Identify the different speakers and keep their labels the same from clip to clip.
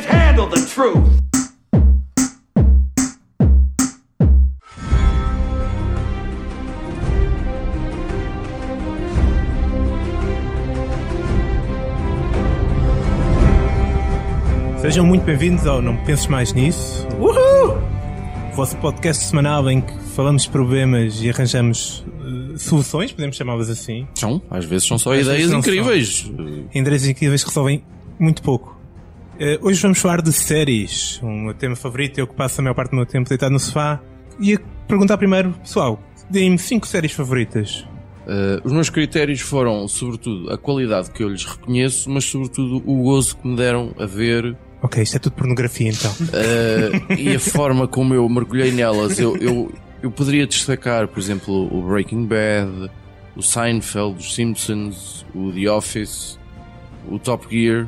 Speaker 1: the truth.
Speaker 2: Sejam muito bem-vindos ao Não Penses Mais Nisso. Uhul! Vosso podcast semanal em que falamos de problemas e arranjamos eh, soluções, podemos chamá-las assim.
Speaker 3: São, às vezes são só
Speaker 2: Às vezes
Speaker 3: ideias
Speaker 2: não
Speaker 3: incríveis.
Speaker 2: Endereços incríveis que resolvem muito pouco. Eh, hoje vamos falar de séries, um meu tema favorito, eu que passo a maior parte do meu tempo deitado no sofá. Ia perguntar primeiro, pessoal, deem-me 5 séries favoritas.
Speaker 3: Eh, os meus critérios foram, sobretudo, a qualidade que eu lhes reconheço, mas, sobretudo, o gozo que me deram a ver
Speaker 2: Ok, isto é tudo pornografia então.
Speaker 3: eh, e a forma como eu mergulhei nelas. Eu, eu, eu poderia destacar, por exemplo, o Breaking Bad, o Seinfeld, os Simpsons, o The Office, o Top Gear,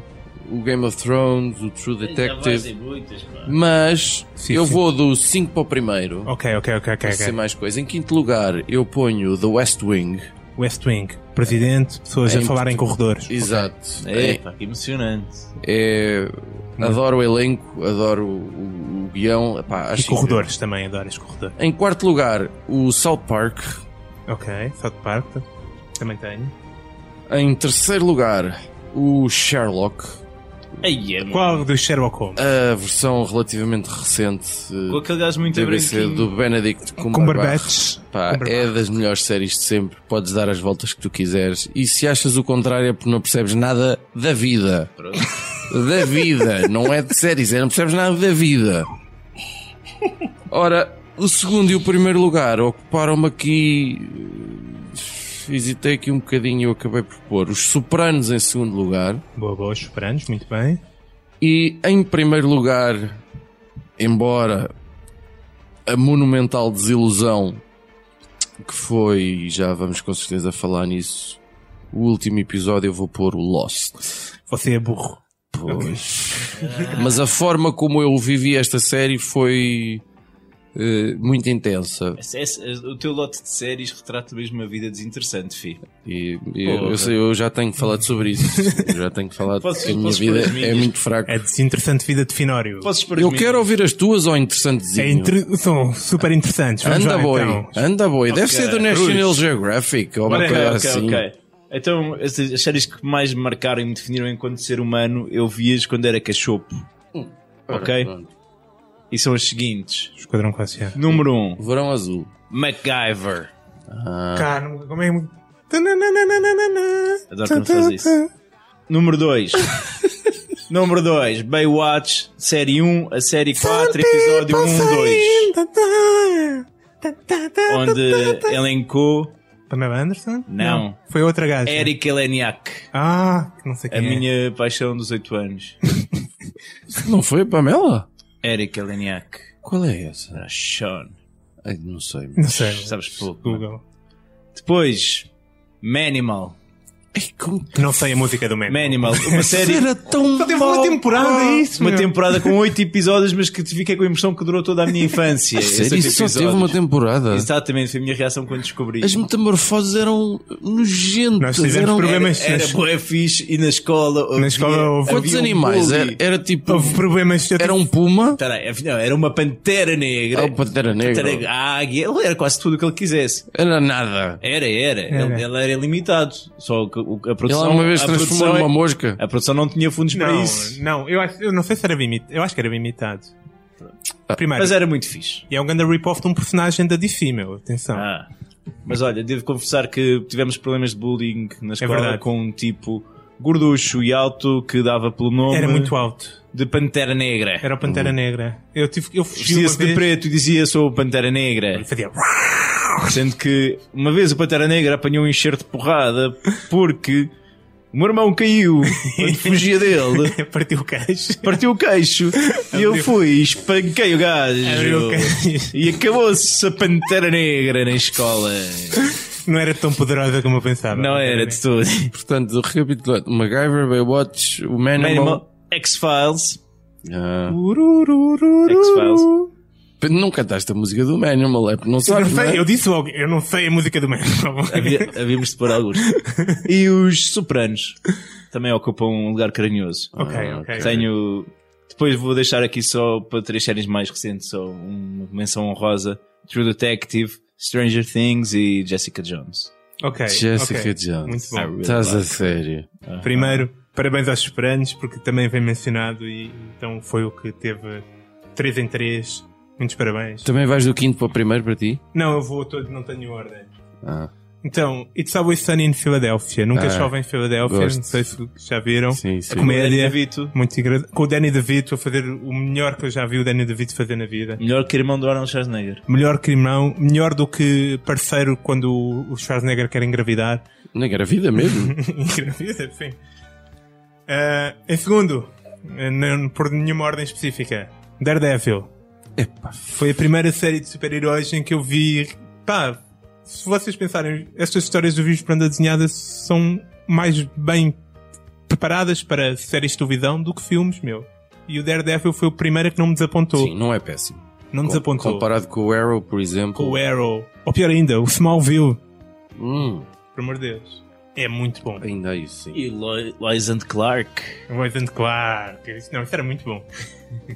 Speaker 3: o Game of Thrones, o True
Speaker 4: Ainda
Speaker 3: Detective.
Speaker 4: vais e muitas, pá.
Speaker 3: Mas
Speaker 2: Sim,
Speaker 3: eu
Speaker 2: sim.
Speaker 3: vou do 5 para o primeiro.
Speaker 2: Ok, ok, ok, ok.
Speaker 3: Para
Speaker 2: ok.
Speaker 3: ser mais coisa. Em quinto lugar, eu ponho The West Wing.
Speaker 2: West Wing, presidente, pessoas
Speaker 3: É
Speaker 2: a falar em
Speaker 3: importante.
Speaker 2: corredores.
Speaker 3: Exato.
Speaker 4: É, pá, que emocionante.
Speaker 3: É, adoro o elenco, adoro o, o guião. Epá, acho
Speaker 2: E corredores também, adoro os corredores.
Speaker 3: incrível. Em quarto lugar, o South Park.
Speaker 2: Ok, South Park. Também tenho.
Speaker 4: Hum.
Speaker 3: Em terceiro lugar, o Sherlock.
Speaker 4: Ai, é,
Speaker 2: Qual do Sherlock Holmes?
Speaker 4: Ah,
Speaker 3: A versão relativamente recente
Speaker 4: Com
Speaker 3: eh,
Speaker 4: aquele gajo muito
Speaker 3: deve ser
Speaker 4: branquinho.
Speaker 3: do Benedict Cumberbatch.
Speaker 2: Cumberbatch.
Speaker 3: Pá, é das melhores séries de sempre. Podes dar as voltas que tu quiseres. E se achas o contrário é porque não percebes nada da vida. da vida, não é de séries, é não percebes nada da vida. Ora, o segundo e o primeiro lugar ocuparam-me aqui. eh, Hesitei aqui um bocadinho e eu acabei por pôr os Sopranos em segundo lugar.
Speaker 4: é-
Speaker 2: Boa, boa, Sopranos, muito bem.
Speaker 3: E em primeiro lugar, embora a monumental desilusão que foi, e já vamos com certeza falar nisso, o último episódio eu vou pôr o Lost.
Speaker 2: Você é burro.
Speaker 3: Pois. Mas a forma como eu vivi esta série foi eh, muito intensa.
Speaker 4: Esse- esse- O teu lote de séries retrata mesmo uma vida desinteressante, fi.
Speaker 3: E, e eu, eu sei, eu já tenho falado sobre isso. Eu já tenho falado
Speaker 4: Posso-
Speaker 3: que a minha
Speaker 4: posso pôr
Speaker 3: vida
Speaker 4: as
Speaker 3: é
Speaker 4: minhas? É
Speaker 3: muito fraca.
Speaker 2: É desinteressante vida de Finório.
Speaker 4: Posso
Speaker 3: Eu quero ouvir as tuas ou interessantezinho?
Speaker 2: É inter- São super interessantes. Vamos
Speaker 3: Anda
Speaker 2: lá,
Speaker 3: boy,
Speaker 2: então.
Speaker 3: anda boy. Deve
Speaker 4: Ok,
Speaker 3: ser do
Speaker 4: Cruz.
Speaker 3: National Geographic ou uma
Speaker 4: Ok,
Speaker 3: coisa
Speaker 4: ok,
Speaker 3: assim.
Speaker 4: ok. Então, as as séries que mais me marcaram e me definiram enquanto ser humano, eu vi-as quando era cachopo. Ok?
Speaker 3: pronto.
Speaker 4: E são as seguintes.
Speaker 2: Esquadrão Classe A.
Speaker 4: Número 1, um,
Speaker 3: Verão Azul.
Speaker 4: MacGyver.
Speaker 2: Carmo, como é... Tananana.
Speaker 4: Adoro quando faz isso. Número 2. Número 2, Baywatch, série 1 a série 4, episódio 1, 2. Onde elencou
Speaker 2: Pamela Anderson?
Speaker 4: Não.
Speaker 2: Foi outra gaja.
Speaker 4: Eric Eleniak,
Speaker 2: Ah, que não sei
Speaker 4: a
Speaker 2: quem é.
Speaker 4: minha paixão dos 8 anos.
Speaker 3: Não foi a Pamela?
Speaker 4: Eric Eleniak,
Speaker 3: Qual é essa?
Speaker 4: era Sean,
Speaker 3: Ai, não sei.
Speaker 2: Não sei.
Speaker 4: sabes pouco. não é?
Speaker 2: Google.
Speaker 4: Depois, Manimal,
Speaker 3: Ai, como
Speaker 2: Não sei a música do meme.
Speaker 4: Manimal, uma série,
Speaker 3: era tão
Speaker 2: Só teve uma temporada, é isso?
Speaker 4: uma
Speaker 2: meu?
Speaker 4: temporada com 8 episódios, mas que te fiquei com a impressão que durou toda a minha infância. esses
Speaker 3: Sério,
Speaker 4: oito
Speaker 3: isso só teve
Speaker 4: episódios.
Speaker 3: uma temporada.
Speaker 4: Exatamente, foi a minha reação quando descobri.
Speaker 3: As metamorfoses eram
Speaker 2: Nós
Speaker 3: nojentas.
Speaker 2: tivemos
Speaker 3: eram...
Speaker 2: problemas-
Speaker 4: Era bué fixe e na escola havia,
Speaker 2: escola houve-
Speaker 3: Quantos
Speaker 4: havia um
Speaker 3: animais?
Speaker 4: bully.
Speaker 3: Era, era tipo.
Speaker 2: Houve problemas. Eu
Speaker 3: Era um puma?
Speaker 4: Espera aí, afinal, era uma pantera negra.
Speaker 3: Era um pantera
Speaker 4: É. Pantera
Speaker 3: negra?
Speaker 4: águia. Ele era quase tudo o que ele quisesse.
Speaker 3: Era nada.
Speaker 4: Era, era. Ele, ele era ilimitado. Só que o- a
Speaker 3: Ele
Speaker 4: produção.
Speaker 3: alguma vez
Speaker 4: a
Speaker 3: transformou
Speaker 4: produção é-
Speaker 3: numa mosca?
Speaker 4: A produção não tinha fundos para
Speaker 2: Não,
Speaker 4: isso.
Speaker 2: não, eu, acho, eu não sei se era imitado. Eu acho que era imitado. Primeiro,
Speaker 4: Ah, Mas era muito fixe.
Speaker 2: e é um grande rip-off de um personagem da DC, meu. Atenção.
Speaker 4: Ah. Mas olha, devo confessar que tivemos problemas de bullying na escola
Speaker 2: É verdade.
Speaker 4: com um tipo gorducho e alto que dava pelo nome
Speaker 2: era muito alto.
Speaker 4: de Pantera Negra.
Speaker 2: Era o Pantera Negra. Eu tive eu fugi uma
Speaker 4: Vestia-se de
Speaker 2: vez.
Speaker 4: preto e dizia sou o Pantera Negra.
Speaker 2: e Fazia...
Speaker 4: Sendo que uma vez o Pantera Negra apanhou um enxerto de porrada porque o meu irmão caiu quando fugia dele,
Speaker 2: Partiu o queixo.
Speaker 4: partiu o queixo e eu fui, espanquei o
Speaker 2: Abriu o
Speaker 4: gajo.
Speaker 2: queixo.
Speaker 4: E acabou-se a Pantera Negra na escola.
Speaker 2: Não era tão poderosa como eu pensava.
Speaker 4: Não era de tudo.
Speaker 3: Portanto, recapitulando, MacGyver, Baywatch, o Manimal.
Speaker 4: Animal X-Files.
Speaker 3: Ah.
Speaker 4: X-Files.
Speaker 3: Não cantaste a música do Manimal, é porque não
Speaker 2: Eu, não
Speaker 3: sabes, não
Speaker 2: sei,
Speaker 3: é?
Speaker 2: eu disse logo, eu não sei a música do mesmo.
Speaker 4: Havia- Havíamos de pôr alguns. E os Sopranos também ocupam um lugar carinhoso.
Speaker 2: ok, ok.
Speaker 4: Tenho Depois vou deixar aqui só para três séries mais recentes, só um, uma menção honrosa: True Detective, Stranger Things e Jessica Jones.
Speaker 2: Ok.
Speaker 3: Jessica
Speaker 2: ok.
Speaker 3: Jones.
Speaker 2: Muito bom.
Speaker 3: Estás a sério.
Speaker 2: Primeiro, parabéns aos esperantes, porque também vem mencionado e então foi o que teve 3 em 3. Muitos parabéns.
Speaker 3: Também vais do quinto para o primeiro para ti?
Speaker 2: Não, eu vou todo, não tenho ordem.
Speaker 3: Ah,
Speaker 2: Então, It's Always Sunny in Philadelphia. Nunca
Speaker 3: Ah,
Speaker 2: chove em Filadélfia, não
Speaker 3: gosto.
Speaker 2: sei se já viram.
Speaker 3: sim, sim.
Speaker 2: A comédia.
Speaker 4: Vito,
Speaker 2: Muito engraçado. Com o Danny DeVito a fazer o melhor que eu já vi o Danny DeVito fazer na vida.
Speaker 4: melhor que irmão do Arnold Schwarzenegger.
Speaker 2: Melhor que irmão, melhor do que parceiro quando o o Schwarzenegger quer engravidar.
Speaker 3: Na gravida mesmo?
Speaker 2: Engravida, sim. Ah, em segundo, eh, não, por nenhuma ordem específica, Daredevil. Foi a primeira série de super-heróis em que eu vi. Pá, se vocês pensarem, estas histórias do vídeo para desenhada são mais bem preparadas para séries de televisão do que filmes, meu. E o Daredevil foi o primeiro que não me desapontou.
Speaker 3: Sim, não é péssimo.
Speaker 2: não me
Speaker 3: Com-
Speaker 2: desapontou.
Speaker 3: Comparado com o Arrow, por exemplo.
Speaker 2: Com o Arrow. Ou pior ainda, o Smallville.
Speaker 3: Hum,
Speaker 2: Por amor de Deus. É muito bom.
Speaker 3: ainda é isso, sim.
Speaker 4: E Lois Clark.
Speaker 2: Royden Clark. Isso- Não, isso era muito bom.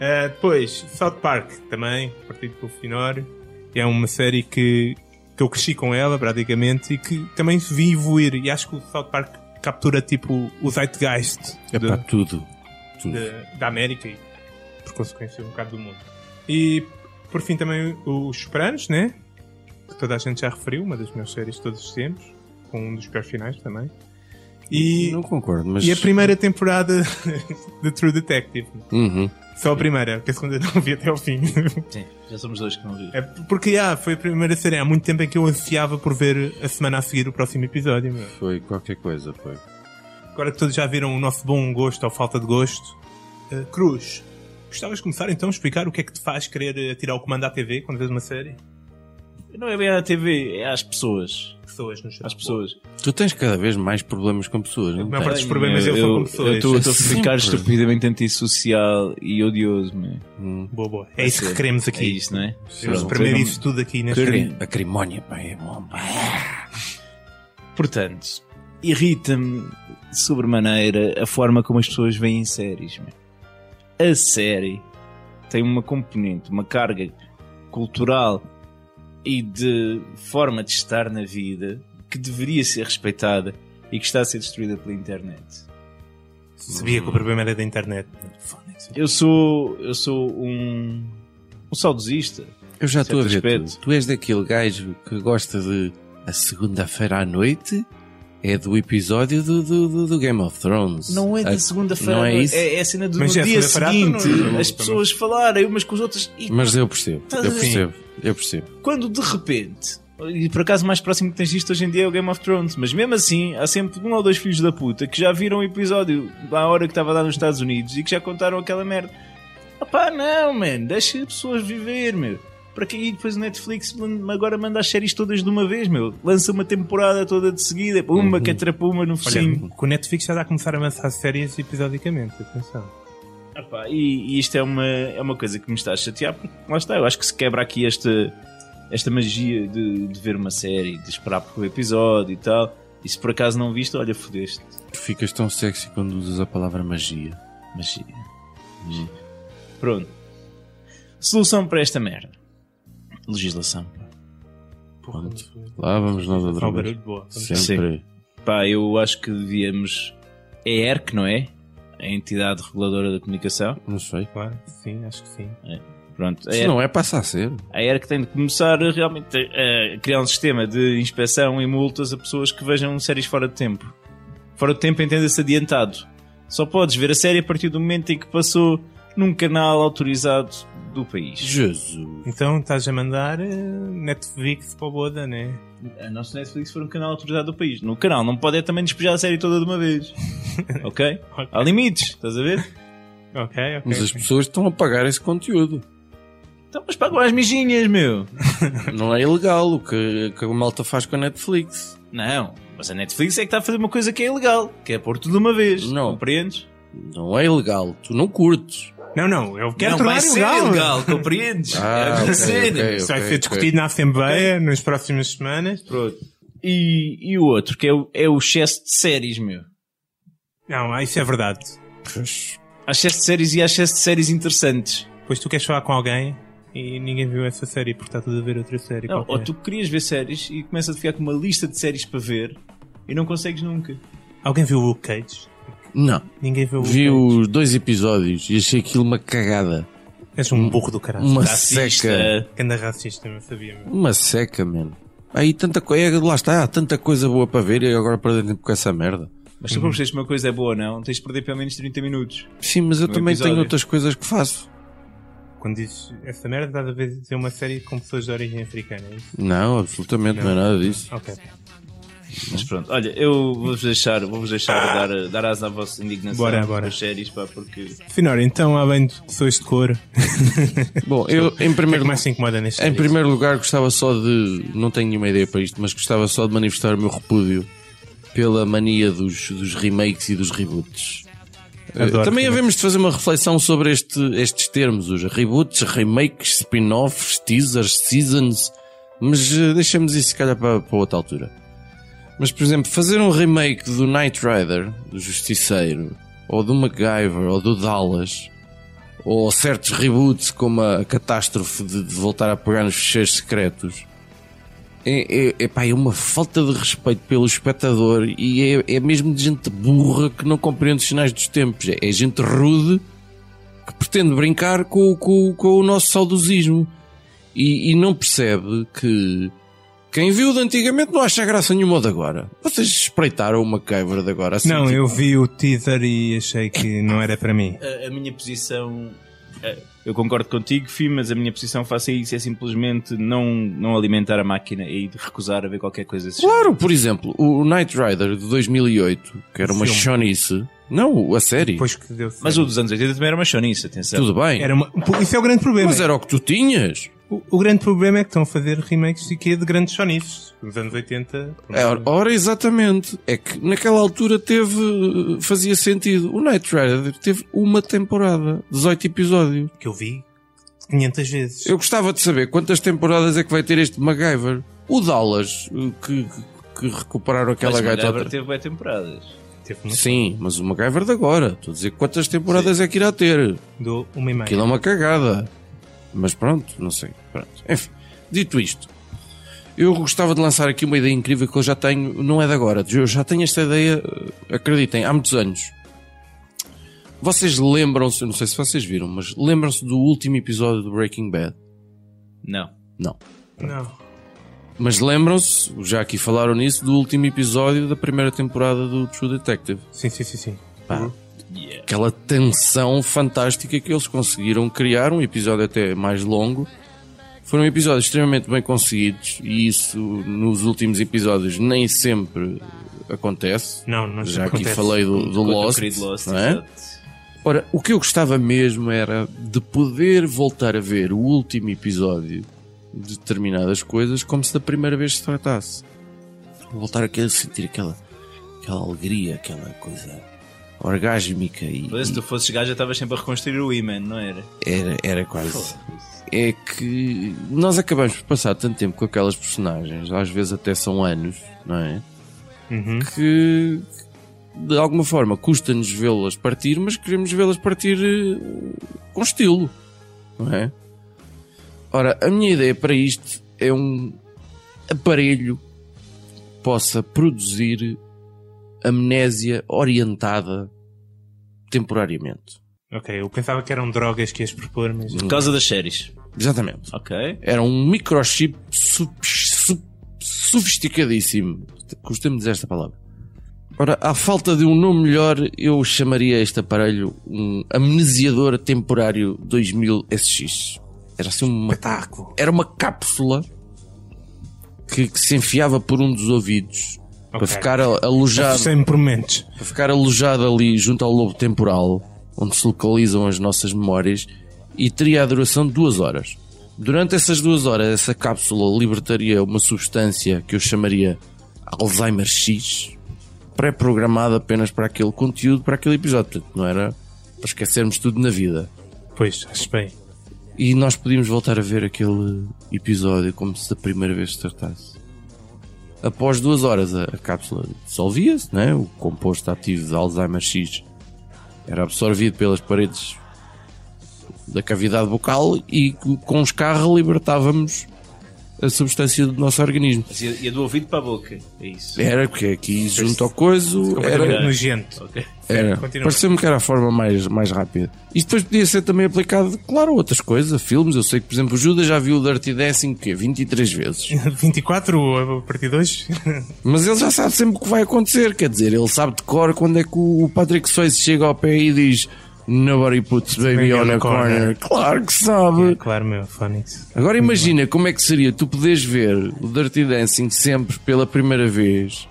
Speaker 2: Eh, depois, South Park, também, partido pelo Finório. É uma série que, que eu cresci com ela, praticamente, e que também vi evoluir. E acho que o South Park captura, tipo, o zeitgeist
Speaker 3: É
Speaker 2: de-
Speaker 3: para tudo. Tudo.
Speaker 2: de- da América e, por consequência, um bocado do mundo. E, por fim, também os Sopranos, né? Que toda a gente já referiu, uma das minhas séries de todos os tempos, com um dos piores finais também. E,
Speaker 3: Não concordo, mas.
Speaker 2: e a primeira temporada de True Detective.
Speaker 3: Uhum.
Speaker 2: Só a primeira, porque a segunda não vi até ao fim.
Speaker 4: Sim, já somos dois que não vi.
Speaker 2: É porque ah, foi a primeira série há muito tempo em que eu ansiava por ver a semana a seguir o próximo episódio. meu.
Speaker 3: Foi qualquer coisa, foi.
Speaker 2: Agora que todos já viram o nosso bom gosto ou falta de gosto, eh, Cruz, gostavas de começar então a explicar o que é que te faz querer atirar o comando à TV quando vês uma série?
Speaker 4: Não é bem à TV, é às pessoas.
Speaker 2: Pessoas, no geral.
Speaker 4: Às pessoas.
Speaker 3: Tu tens cada vez mais problemas com pessoas, não
Speaker 2: A maior parte
Speaker 3: tens?
Speaker 2: dos problemas eu sou com pessoas.
Speaker 4: Eu estou a ficar
Speaker 3: Sempre.
Speaker 4: estupidamente antissocial e odioso, meu.
Speaker 3: Hum.
Speaker 2: Boa, boa. É isso que
Speaker 4: ser.
Speaker 2: queremos
Speaker 4: É
Speaker 2: aqui.
Speaker 4: isto, não é?
Speaker 2: Queremos
Speaker 4: Pronto.
Speaker 2: espremer isso tudo aqui neste
Speaker 4: Queremos.
Speaker 3: A crimónia, pá, é bom, pá.
Speaker 4: Portanto, irrita-me sobremaneira a forma como as pessoas veem séries. meu. A série tem uma componente, uma carga cultural e de forma de estar na vida que deveria ser respeitada e que está a ser destruída pela internet.
Speaker 2: Sabia que o problema era da internet.
Speaker 4: Eu sou, eu sou um, um saudosista.
Speaker 3: Eu já estou a
Speaker 4: Certo
Speaker 3: ver. Tu.
Speaker 4: aspecto.
Speaker 3: tu és daquele gajo que gosta de a segunda-feira à noite é do episódio do, do, do- do Game of Thrones.
Speaker 4: Não é
Speaker 3: A-
Speaker 4: da segunda-feira,
Speaker 3: não é isso?
Speaker 4: é, é a cena do
Speaker 2: Mas
Speaker 4: no
Speaker 2: é
Speaker 4: dia
Speaker 2: segunda-feira à noite,
Speaker 4: seguinte,
Speaker 2: não é?
Speaker 4: as pessoas falarem umas com as outras e
Speaker 3: Mas eu percebo,
Speaker 4: Estás
Speaker 3: eu
Speaker 4: a ver?
Speaker 3: percebo, eu percebo.
Speaker 4: quando de repente, e por acaso o mais próximo que tens disto hoje em dia é o Game of Thrones, mas mesmo assim há sempre um ou dois filhos da puta que já viram o episódio à hora que estava lá nos Estados Unidos e que já contaram aquela merda. Opá, não, man, deixa as pessoas viver, meu. Para que e depois o Netflix man- agora manda as séries todas de uma vez, meu. Lança uma temporada toda de seguida, uma
Speaker 3: Uhum.
Speaker 4: que atrapuma no
Speaker 2: Olha,
Speaker 4: focinho.
Speaker 3: hum.
Speaker 2: que o Netflix já está a começar a lançar séries episodicamente, atenção.
Speaker 4: Ah pá, e, e isto é uma, é uma coisa que me está a chatear, porque lá está, eu acho que se quebra aqui esta, esta magia de, de ver uma série, de esperar por um episódio e tal. E se por acaso não viste, olha, fodeste.
Speaker 3: Tu ficas tão sexy quando usas a palavra magia.
Speaker 4: Magia. Pronto. Solução para esta merda: legislação. pá.
Speaker 3: Pronto. Lá vamos nós
Speaker 2: Só
Speaker 3: outra
Speaker 2: o
Speaker 3: vez.
Speaker 2: um barulho, boa.
Speaker 3: Sempre.
Speaker 4: Pá, eu acho que devíamos. É ERC, não é? A entidade reguladora da comunicação.
Speaker 3: Não sei.
Speaker 2: Claro, sim, acho que sim.
Speaker 4: Pronto, a
Speaker 3: Se
Speaker 4: ERC,
Speaker 3: não é, passa a ser.
Speaker 4: a ERC tem de começar a realmente a a criar um sistema de inspeção e multas a pessoas que vejam séries fora de tempo. Fora de tempo entenda-se adiantado. Só podes ver a série a partir do momento em que passou num canal autorizado do país.
Speaker 3: Jesus.
Speaker 2: Então estás a mandar eh, Netflix para o Boda, né?
Speaker 4: A nossa Netflix foi um canal autorizado do país. No canal não pode é também despejar a série toda de uma vez. ok? Há limites, estás a ver?
Speaker 2: Ok, ok.
Speaker 3: Ah. Mas as pessoas estão a pagar esse conteúdo.
Speaker 4: Então, mas pagam as mijinhas, meu.
Speaker 3: Não é ilegal o que, que a malta faz com a Netflix.
Speaker 4: Não, mas a Netflix é que está a fazer uma coisa que é ilegal, que é pôr tudo de uma vez.
Speaker 3: Não.
Speaker 4: Compreendes?
Speaker 3: Não é ilegal. Tu não curtes.
Speaker 2: Não, não, eu quero
Speaker 4: não
Speaker 2: tornar
Speaker 4: vai ser
Speaker 2: ilegal.
Speaker 4: ilegal, compreendes? Era a minha
Speaker 3: ok,
Speaker 4: cena.
Speaker 3: ok,
Speaker 2: Isso vai
Speaker 3: ok,
Speaker 2: ser
Speaker 3: ok.
Speaker 2: discutido na Assembleia nas próximas semanas.
Speaker 4: Pronto. E, e o outro, que é o, é o excesso de séries, meu.
Speaker 2: Não, ah, isso é verdade.
Speaker 4: Há excesso de séries e há excesso de séries interessantes.
Speaker 2: Pois tu queres falar com alguém e ninguém viu essa série porque está tudo a ver outra série.
Speaker 4: Não, ou
Speaker 2: qualquer.
Speaker 4: tu querias ver séries e começas a ficar com uma lista de séries para ver e não consegues nunca.
Speaker 2: Alguém viu o Luke Cage?
Speaker 3: Não.
Speaker 2: Ninguém viu o Luke
Speaker 3: Vi
Speaker 2: Cage.
Speaker 3: os dois episódios e achei aquilo uma cagada.
Speaker 2: És um burro do caralho.
Speaker 3: Uma
Speaker 4: Tá Racista.
Speaker 3: seca.
Speaker 2: Que anda racista, não sabia mesmo.
Speaker 3: Uma seca, mano. Aí tanta coisa. Lá está, há tanta coisa boa para ver e agora perder tempo com essa merda.
Speaker 4: Mas se tu percebes que uma coisa é boa ou não, tens de perder pelo menos 30 minutos.
Speaker 3: Sim, mas eu
Speaker 4: No
Speaker 3: também
Speaker 4: episódio.
Speaker 3: tenho outras coisas que faço.
Speaker 2: Quando dizes essa merda, estás a ver dizer uma série com pessoas de origem africana. é isso?
Speaker 3: Não, absolutamente não é nada disso.
Speaker 2: Ok.
Speaker 4: Mas pronto, olha, eu vou-vos deixar, vou-vos deixar dar, dar asa à vossa indignação
Speaker 2: Bora, bora.
Speaker 4: das séries, pá, porque
Speaker 2: Finora, então, além de pessoas de cor, o
Speaker 3: Bom, eu em
Speaker 2: que é que
Speaker 3: primeiro,
Speaker 2: mais te incomoda neste
Speaker 3: em primeiro lugar gostava só de. Não tenho nenhuma ideia para isto, mas gostava só de manifestar o meu repúdio pela mania dos, dos remakes e dos reboots. Eh,
Speaker 2: Adoro
Speaker 3: Também
Speaker 2: remakes.
Speaker 3: havemos de fazer uma reflexão sobre este, estes termos, os reboots, remakes, spin-offs, teasers, seasons, mas eh, deixamos isso se calhar para, para outra altura. Mas, por exemplo, fazer um remake do Knight Rider, do Justiceiro, ou do MacGyver, ou do Dallas, ou certos reboots como a catástrofe de, de voltar a pegar nos fecheiros secretos, é, é, epá, é uma falta de respeito pelo espectador e é, é mesmo de gente burra que não compreende os sinais dos tempos. É, é gente rude que pretende brincar com, o- com o- com o nosso saudosismo e, e não percebe que quem viu de antigamente não acha graça nenhuma ao de agora. Vocês espreitaram uma MacGyver de agora? assim,
Speaker 2: Não,
Speaker 3: tipo,
Speaker 2: eu vi o teaser e achei que não era para mim.
Speaker 4: a, a minha posição. eh, Eu concordo contigo, Fih, mas a minha posição face a isso é simplesmente não, não alimentar a máquina e de recusar a ver qualquer coisa assim.
Speaker 3: Claro, por exemplo, o Knight Rider de 2008, que era uma
Speaker 2: Filme.
Speaker 3: chonice. Não, a série.
Speaker 2: Depois que deu certo.
Speaker 4: Mas o dos anos 80 também era uma chonice, atenção.
Speaker 3: Tudo bem.
Speaker 2: Era uma- Isso é o grande problema.
Speaker 3: Mas era o que tu tinhas.
Speaker 2: O, o grande problema é que estão a fazer remakes e que é de grandes chonices. Nos anos 80.
Speaker 3: É, ora, exatamente. É que naquela altura teve. fazia sentido. O Knight Rider teve uma temporada, 18 episódios.
Speaker 2: Que eu vi 500 vezes.
Speaker 3: Eu gostava de saber quantas temporadas é que vai ter este MacGyver. O Dallas, que, que- que recuperaram
Speaker 4: Mas
Speaker 3: aquela
Speaker 4: o
Speaker 3: gaita.
Speaker 4: MacGyver
Speaker 3: outra-
Speaker 4: teve bué temporadas.
Speaker 2: Teve uma-
Speaker 3: Sim, mas o MacGyver de agora. Estou a dizer quantas temporadas é que irá ter.
Speaker 2: Dou uma e meia.
Speaker 3: Aquilo é uma cagada. Mas pronto, não sei. Pronto. Enfim, dito isto, eu gostava de lançar aqui uma ideia incrível que eu já tenho, não é de agora, eu já tenho esta ideia, eh, acreditem, há muitos anos. Vocês lembram-se, não sei se vocês viram, mas lembram-se do último episódio do Breaking Bad?
Speaker 4: Não.
Speaker 3: Não.
Speaker 2: Não.
Speaker 3: Mas lembram-se, já aqui falaram nisso, do último episódio da primeira temporada do True Detective.
Speaker 2: Sim, sim, sim, sim.
Speaker 3: aquela tensão fantástica que eles conseguiram criar, um episódio até mais longo. Foram episódios extremamente bem conseguidos e isso nos últimos episódios nem sempre acontece.
Speaker 2: Não, não
Speaker 3: Já aqui
Speaker 2: acontece.
Speaker 3: falei do, do
Speaker 4: Quanto ao
Speaker 3: Lost,
Speaker 4: querido Lost,
Speaker 3: não é?
Speaker 4: exato.
Speaker 3: Ora, o que eu gostava mesmo era de poder voltar a ver o último episódio de determinadas coisas como se da primeira vez se tratasse. Voltar a querer sentir aquela, aquela alegria, aquela coisa orgásmica e,
Speaker 4: Mas se tu fosses gajo já estavas sempre a reconstruir o Iman, não era?
Speaker 3: Era, era quase. É que nós acabamos por passar tanto tempo com aquelas personagens, às vezes até são anos, não é?
Speaker 2: Uhum.
Speaker 3: Que de alguma forma custa-nos vê-las partir, mas queremos vê-las partir eh, com estilo, não é? Ora, a minha ideia para isto é um aparelho que possa produzir amnésia orientada temporariamente.
Speaker 2: Ok, eu pensava que eram drogas que ias propor, mas.
Speaker 4: Por causa das séries.
Speaker 3: Exatamente.
Speaker 4: Ok.
Speaker 3: Era um microchip su- su- sofisticadíssimo. Custa-me dizer esta palavra. Ora, à falta de um nome melhor, eu chamaria este aparelho um amnesiador temporário 2000 SX. Era assim uma,
Speaker 2: Espetáculo!
Speaker 3: era uma cápsula que, que se enfiava por um dos ouvidos para
Speaker 2: Ok.
Speaker 3: ficar a- alojado
Speaker 2: Sem é momentos.
Speaker 3: para ficar alojado ali junto ao lobo temporal, onde se localizam as nossas memórias, e teria a duração de duas horas. Durante essas duas horas, essa cápsula libertaria uma substância que eu chamaria Alzheimer X, pré-programada apenas para aquele conteúdo, para aquele episódio. Portanto, não era para esquecermos tudo na vida.
Speaker 2: Pois, acho bem.
Speaker 3: E nós podíamos voltar a ver aquele episódio como se da primeira vez se tratasse. Após duas horas, a, a cápsula dissolvia-se, né? o composto ativo de Alzheimer X Era absorvido pelas paredes da cavidade bucal e com escarro libertávamos a substância do nosso organismo.
Speaker 4: Mas ia, ia do ouvido para a boca. É isso.
Speaker 3: Era porque aqui junto ao coiso
Speaker 2: Completamente
Speaker 3: era,
Speaker 2: nojento.
Speaker 4: Ok.
Speaker 3: era.
Speaker 2: Continua.
Speaker 3: É, pareceu-me que era a forma mais, mais rápida. E depois podia ser também aplicado, claro, a outras coisas, a filmes. Eu sei que, por exemplo, o Judas já viu o Dirty Dancing quê? 23 vezes.
Speaker 2: 24 a partir de hoje?
Speaker 3: Mas ele já sabe sempre o que vai acontecer, quer dizer, ele sabe de cor quando é que o Patrick Swayze chega ao pé e diz Nobody puts baby on a corner. Claro que sabe.
Speaker 2: É, claro, meu, Phonics.
Speaker 3: Agora imagina como é que seria tu poderes ver o Dirty Dancing sempre pela primeira vez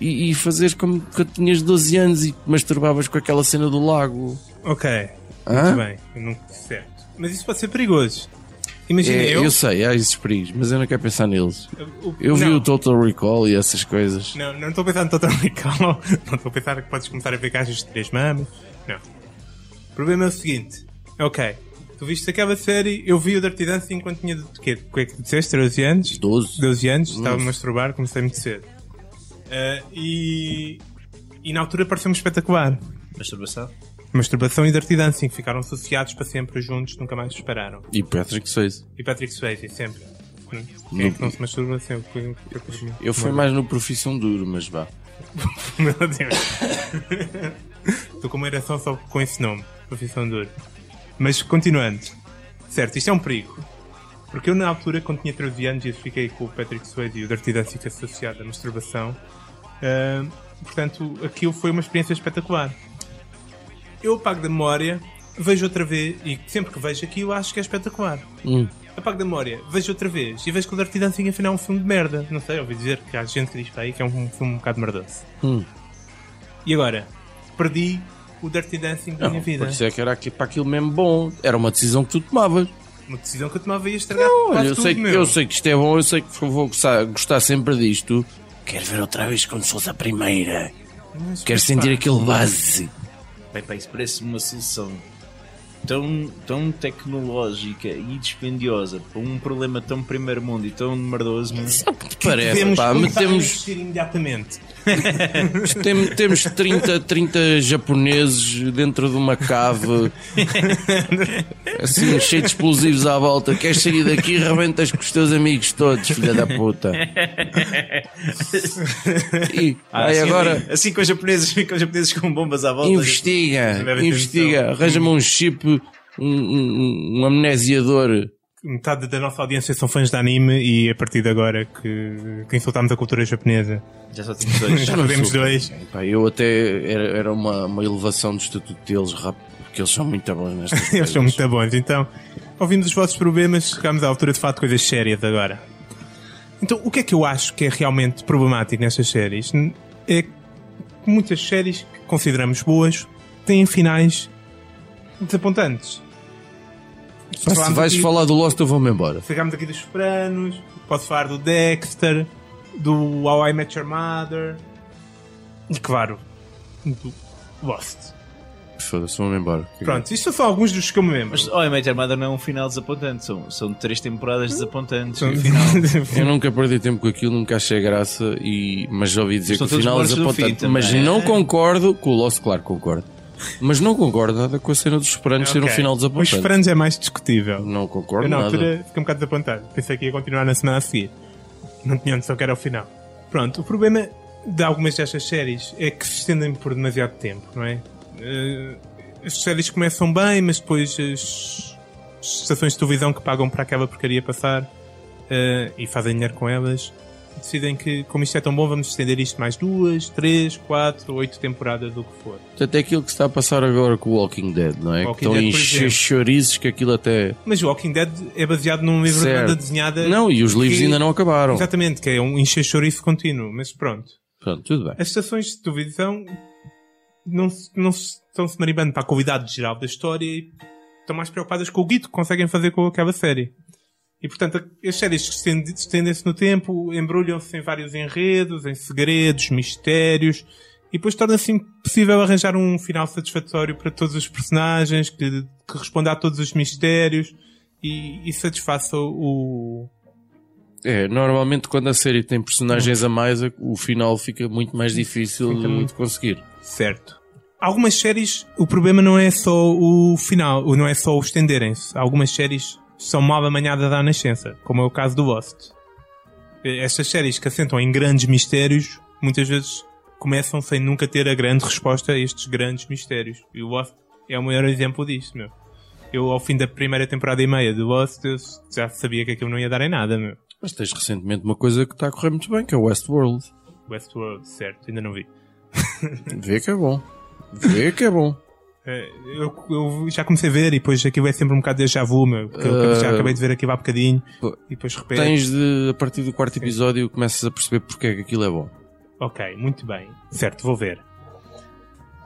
Speaker 3: e, e fazeres como que tinhas 12 anos e te masturbavas com aquela cena do lago.
Speaker 2: Ok,
Speaker 3: Hã?
Speaker 2: muito bem. Eu nunca certo. Mas isso pode ser perigoso. Imagina,
Speaker 3: É,
Speaker 2: eu...
Speaker 3: eu sei, há esses perigos, mas eu não quero pensar neles. Eu vi
Speaker 2: não,
Speaker 3: o Total Recall e essas coisas.
Speaker 2: Não, não estou a pensar no Total Recall. Não estou a pensar que podes começar a ver caixas de três mamas. Não. O problema é o seguinte. Ok, tu viste aquela série, eu vi o Dirty Dancing quando tinha... de quê? O que é que tu disseste? 13 anos?
Speaker 3: 12.
Speaker 2: 12 anos, estava a masturbar, comecei muito cedo. Ah, e... E na altura pareceu-me espetacular.
Speaker 4: Masturbação?
Speaker 2: Masturbação e Dirty Dancing ficaram associados para sempre juntos, nunca mais se separaram.
Speaker 3: E Patrick Swayze.
Speaker 2: E Patrick Swayze, sempre. Hum, Quem é que não se masturba sempre? Quem- quem- quem-
Speaker 3: Eu fui mais no Profissão Duro, mas vá.
Speaker 2: Meu Deus. Estou com uma ereção só com esse nome. Profissão dura. Mas continuando. Certo, isto é um perigo. Porque eu na altura, quando tinha 13 anos, eu fiquei com o Patrick Swayze e o Dirty Dancing associado à masturbação. Ahm, portanto, aquilo foi uma experiência espetacular. Eu apago da memória, vejo outra vez, e sempre que vejo aquilo acho que é espetacular.
Speaker 3: Hum,
Speaker 2: Apago da memória, vejo outra vez, e vejo que o Dirty Dancing afinal é um filme de merda. Não sei, ouvi dizer que há gente que diz para aí que é um filme um bocado merdoso.
Speaker 3: hum.
Speaker 2: E agora? Perdi o Dirty Dancing da
Speaker 3: Não,
Speaker 2: minha vida.
Speaker 3: Parecia é que era aqui, para aquilo mesmo bom. Era uma decisão que tu tomavas.
Speaker 2: Uma decisão que eu tomava ia estragar
Speaker 3: Olha,
Speaker 2: quase
Speaker 3: eu
Speaker 2: tudo,
Speaker 3: sei, que,
Speaker 2: meu.
Speaker 3: eu sei que isto é bom, eu sei que vou gostar, gostar sempre disto. Quero ver outra vez como se fosse a primeira.
Speaker 2: Mas,
Speaker 3: Quero
Speaker 2: pá,
Speaker 3: sentir aquele base.
Speaker 4: Bem, pá, isso parece uma solução tão, tão tecnológica e dispendiosa para um problema tão primeiro mundo e tão merdoso. meu.
Speaker 3: Sabe o que te parece,
Speaker 2: Devemos
Speaker 3: pá?
Speaker 2: começar a
Speaker 3: Metemos,
Speaker 2: investir imediatamente.
Speaker 3: tem- temos 30, 30 japoneses dentro de uma cave, assim, cheio de explosivos à volta. Queres sair daqui e rebentas com os teus amigos todos, filha da puta. E
Speaker 4: Ah,
Speaker 3: aí
Speaker 4: assim,
Speaker 3: agora.
Speaker 4: Assim com os japoneses, com os japoneses com bombas à volta.
Speaker 3: Investiga,
Speaker 2: deve ter
Speaker 3: investiga,
Speaker 2: noção.
Speaker 3: arranja-me um chip, um, um, um amnesiador.
Speaker 2: Metade da nossa audiência são fãs de anime e a partir de agora que, que insultámos a cultura japonesa.
Speaker 4: Já só temos dois.
Speaker 2: Já perdemos dois.
Speaker 3: Pá, eu até era, era uma, uma elevação do estatuto deles, rap- porque eles são muito bons nestas coisas.
Speaker 2: Eles são muito bons. Então, ouvimos os vossos problemas, chegámos à altura de falar de coisas sérias agora. Então, o que é que eu acho que é realmente problemático nestas séries? N- É que muitas séries que consideramos boas têm finais desapontantes.
Speaker 3: Pá, se
Speaker 2: Falámos
Speaker 3: vais
Speaker 2: aqui-
Speaker 3: falar do Lost, eu vou-me embora.
Speaker 2: Chegámos aqui dos Sopranos, posso falar do Dexter, do How I Met Your Mother e, claro, do Lost.
Speaker 3: Foda-se, vou-me embora.
Speaker 2: Pronto, isto são só alguns dos que eu me lembro.
Speaker 4: Mas, oh, Mater Mother não é um final desapontante, são, são três temporadas desapontantes.
Speaker 3: Eu nunca perdi tempo com aquilo, nunca achei graça, e... mas já ouvi dizer
Speaker 4: Estão
Speaker 3: que o
Speaker 4: todos
Speaker 3: final é
Speaker 4: mortos no
Speaker 3: desapontante.
Speaker 4: fim
Speaker 3: Mas
Speaker 4: também.
Speaker 3: não concordo com o Lost, claro que concordo. Mas não concordo nada com a cena dos Sopranos ser um
Speaker 2: Ok.
Speaker 3: final
Speaker 2: Os
Speaker 3: desapontante.
Speaker 2: Sopranos é mais discutível.
Speaker 3: Não concordo
Speaker 2: Eu na
Speaker 3: nada.
Speaker 2: altura fiquei um bocado desapontado. Pensei que ia continuar na semana a seguir. Não tinha noção que era o final. Pronto, o problema de algumas destas séries é que se estendem por demasiado tempo, não é? Eh, as séries começam bem, mas depois as estações de televisão que pagam para aquela porcaria passar eh, e fazem dinheiro com elas decidem que, como isto é tão bom, vamos estender isto mais duas, três, quatro, oito temporadas, do que for.
Speaker 3: Portanto, é aquilo que se está a passar agora com o Walking Dead, não é?
Speaker 2: Walking
Speaker 3: que estão
Speaker 2: Dead,
Speaker 3: em
Speaker 2: por exemplo.
Speaker 3: chorizes que aquilo até.
Speaker 2: Mas o Walking Dead é baseado num livro de
Speaker 3: Certo.
Speaker 2: banda desenhada.
Speaker 3: Não, e os livros
Speaker 2: Eh, que-
Speaker 3: ainda não acabaram.
Speaker 2: Exatamente, que é um encher chouriço contínuo, mas pronto.
Speaker 3: Pronto, tudo bem.
Speaker 2: As estações de televisão não, se- não se- estão-se maribando para a qualidade geral da história e estão mais preocupadas com o guito que conseguem fazer com aquela série. E portanto, a- as séries que estende- estendem-se no tempo embrulham-se em vários enredos, em segredos, mistérios, e depois torna-se impossível arranjar um final satisfatório para todos os personagens, que, que responda a todos os mistérios e, e satisfaça o,
Speaker 3: É, normalmente quando a série tem personagens a mais, o final fica muito mais difícil
Speaker 2: Fica
Speaker 3: de
Speaker 2: muito-
Speaker 3: conseguir.
Speaker 2: Certo. Algumas séries, o problema não é só o final, ou não é só o estenderem-se. Algumas séries são mal amanhadas à nascença, como é o caso do Lost. Estas séries que assentam em grandes mistérios, muitas vezes começam sem nunca ter a grande resposta a estes grandes mistérios. E o Lost é o maior exemplo disto, meu. Eu, ao fim da primeira temporada e meia do Lost, eu já sabia que aquilo não ia dar em nada, meu.
Speaker 3: Mas tens recentemente uma coisa que está a correr muito bem, que é o Westworld.
Speaker 2: Westworld, certo, ainda não vi.
Speaker 3: Vê que é bom. Vê que é bom.
Speaker 2: É, Eu, eu já comecei a ver e depois aquilo é sempre um bocado de déjà vu, meu. Porque eu já
Speaker 3: Ah.
Speaker 2: acabei de ver aquilo há bocadinho
Speaker 3: Pô,
Speaker 2: e depois repete.
Speaker 3: Tens de, a partir do quarto episódio, começas a perceber porque é que aquilo é bom.
Speaker 2: Ok, muito bem. Certo, vou ver.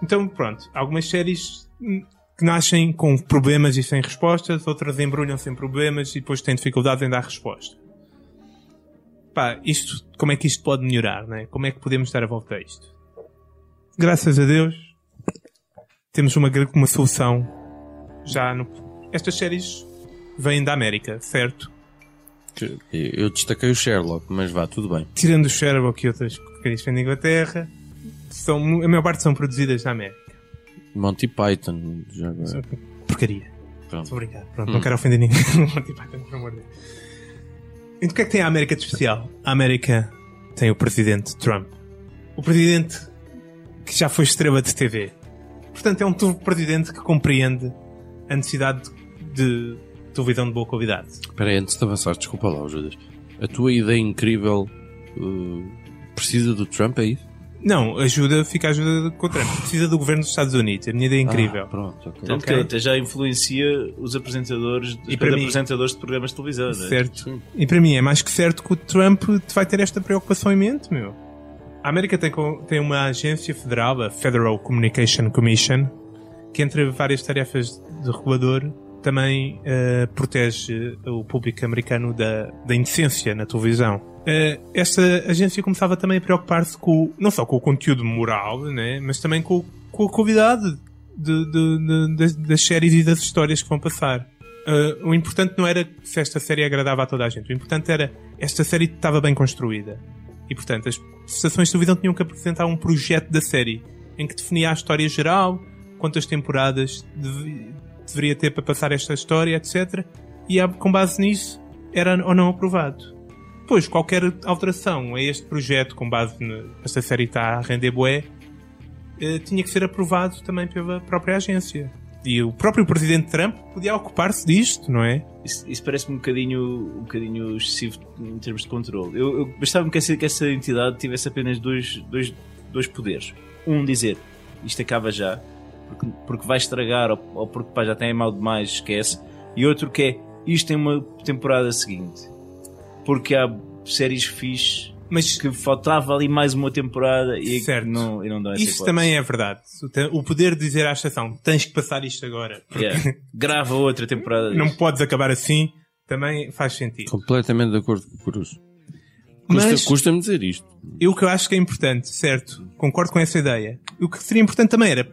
Speaker 2: Então, pronto. Algumas séries hum, que nascem com problemas e sem respostas, outras embrulham-se em problemas e depois têm dificuldades em dar resposta. Pá, isto, como é que isto pode melhorar, né? Como é que podemos dar a volta a isto? Graças a Deus, temos uma, gr- uma solução já no... Estas séries vêm da América, certo?
Speaker 3: Que- Eu destaquei o Sherlock, mas vá, tudo bem.
Speaker 2: tirando o Sherlock e outras que existem na Inglaterra, são, a maior parte são produzidas na América.
Speaker 3: Monty Python, já agora.
Speaker 2: Porcaria.
Speaker 3: Pronto. Hum.
Speaker 2: Muito obrigado. Pronto, não quero ofender ninguém. Monty Python, por amor de Deus. Então o que é que tem a América de especial? A América tem o presidente Trump. O presidente que já foi estrela de TV. Portanto, é um tu- presidente que compreende a necessidade de televisão de boa qualidade.
Speaker 3: Espera aí, antes de avançar, desculpa lá, oh, Judas. A tua ideia incrível uh, precisa do Trump, é isso?
Speaker 2: Não, ajuda, fica a ajuda com o Trump. Precisa do governo dos Estados Unidos. A minha ideia é incrível.
Speaker 3: Ah, pronto, ok.
Speaker 4: Tanto
Speaker 2: Ok.
Speaker 4: Então, que até já influencia os apresentadores,
Speaker 2: E
Speaker 4: e
Speaker 2: para mim-
Speaker 4: apresentadores de programas de televisão. não é?
Speaker 2: Certo. E para mim é mais que certo que o Trump vai ter esta preocupação em mente, meu. A América tem, co- tem uma agência federal, a Federal Communication Commission, que entre várias tarefas de regulador também eh, protege o público americano da, da indecência na televisão. Eh, esta agência começava também a preocupar-se com, o- não só com o conteúdo moral, né, mas também com, com a qualidade de- de- de- das- das séries e das histórias que vão passar. Uh, o importante não era se esta série agradava a toda a gente. O importante era esta série estava bem construída. E, portanto, as estações de televisão tinham que apresentar um projeto da série em que definia a história geral, quantas temporadas deve- deveria ter para passar esta história, etc. E, ah, com base nisso, era ou não aprovado. Depois, qualquer alteração a este projeto, com base no, esta série está a render bué, eh, tinha que ser aprovado também pela própria agência. E o próprio presidente Trump podia ocupar-se disto, não é?
Speaker 4: Isso, isso parece-me um bocadinho, um bocadinho excessivo em termos de controle. Eu, eu bastava-me que essa, que essa entidade tivesse apenas dois, dois, dois poderes. Um, dizer isto acaba já, porque, porque vai estragar ou, ou porque pá, já tem mal demais, esquece. E outro que é isto tem uma temporada seguinte, porque há séries fixe
Speaker 2: Mas
Speaker 4: que faltava ali mais uma temporada e,
Speaker 2: Certo.
Speaker 4: Não, e não dá essa
Speaker 2: isso
Speaker 4: hipótese.
Speaker 2: também é verdade. O te- O poder de dizer à estação tens que passar isto agora, porque
Speaker 4: Yeah. Grava outra temporada.
Speaker 2: não
Speaker 4: disto.
Speaker 2: podes acabar assim, também faz sentido.
Speaker 3: Completamente de acordo com o Cruz. Custa-
Speaker 2: Mas
Speaker 3: Custa-me dizer isto.
Speaker 2: eu que eu acho que é importante, certo? Concordo com essa ideia. O que seria importante também era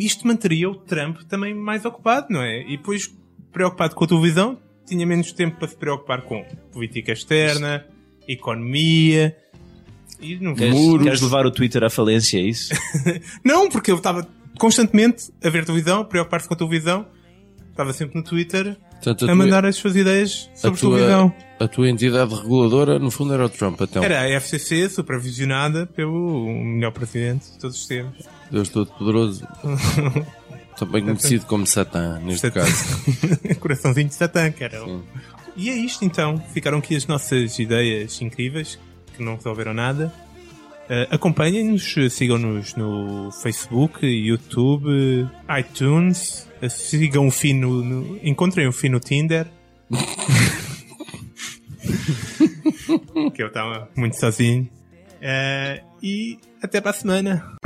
Speaker 2: isto manteria o Trump também mais ocupado, não é? E depois, preocupado com a televisão, tinha menos tempo para se preocupar com política externa, economia. E não
Speaker 4: Queres,
Speaker 3: Muros.
Speaker 4: queres levar o Twitter à falência, é isso?
Speaker 2: Não, porque eu estava constantemente a ver televisão, a preocupar-se com a televisão. Estava sempre no Twitter
Speaker 3: Portanto,
Speaker 2: a,
Speaker 3: tua-
Speaker 2: mandar as suas ideias sobre televisão.
Speaker 3: a tua entidade reguladora, no fundo, era o Trump, então.
Speaker 2: Era a FCC, supervisionada pelo melhor presidente de todos os tempos.
Speaker 3: Deus Todo-Poderoso. Também conhecido como Satã, neste
Speaker 2: Satã.
Speaker 3: caso.
Speaker 2: Coraçãozinho de Satã, que era o-
Speaker 3: Sim.
Speaker 2: E é isto então. Ficaram aqui as nossas ideias incríveis, que não resolveram nada. Ah, Acompanhem-nos, sigam-nos no Facebook, YouTube, iTunes. Ah, Sigam o fim no, no- Encontrem o fim no Tinder. que eu estava muito sozinho. Ah, e Eh, até para a semana.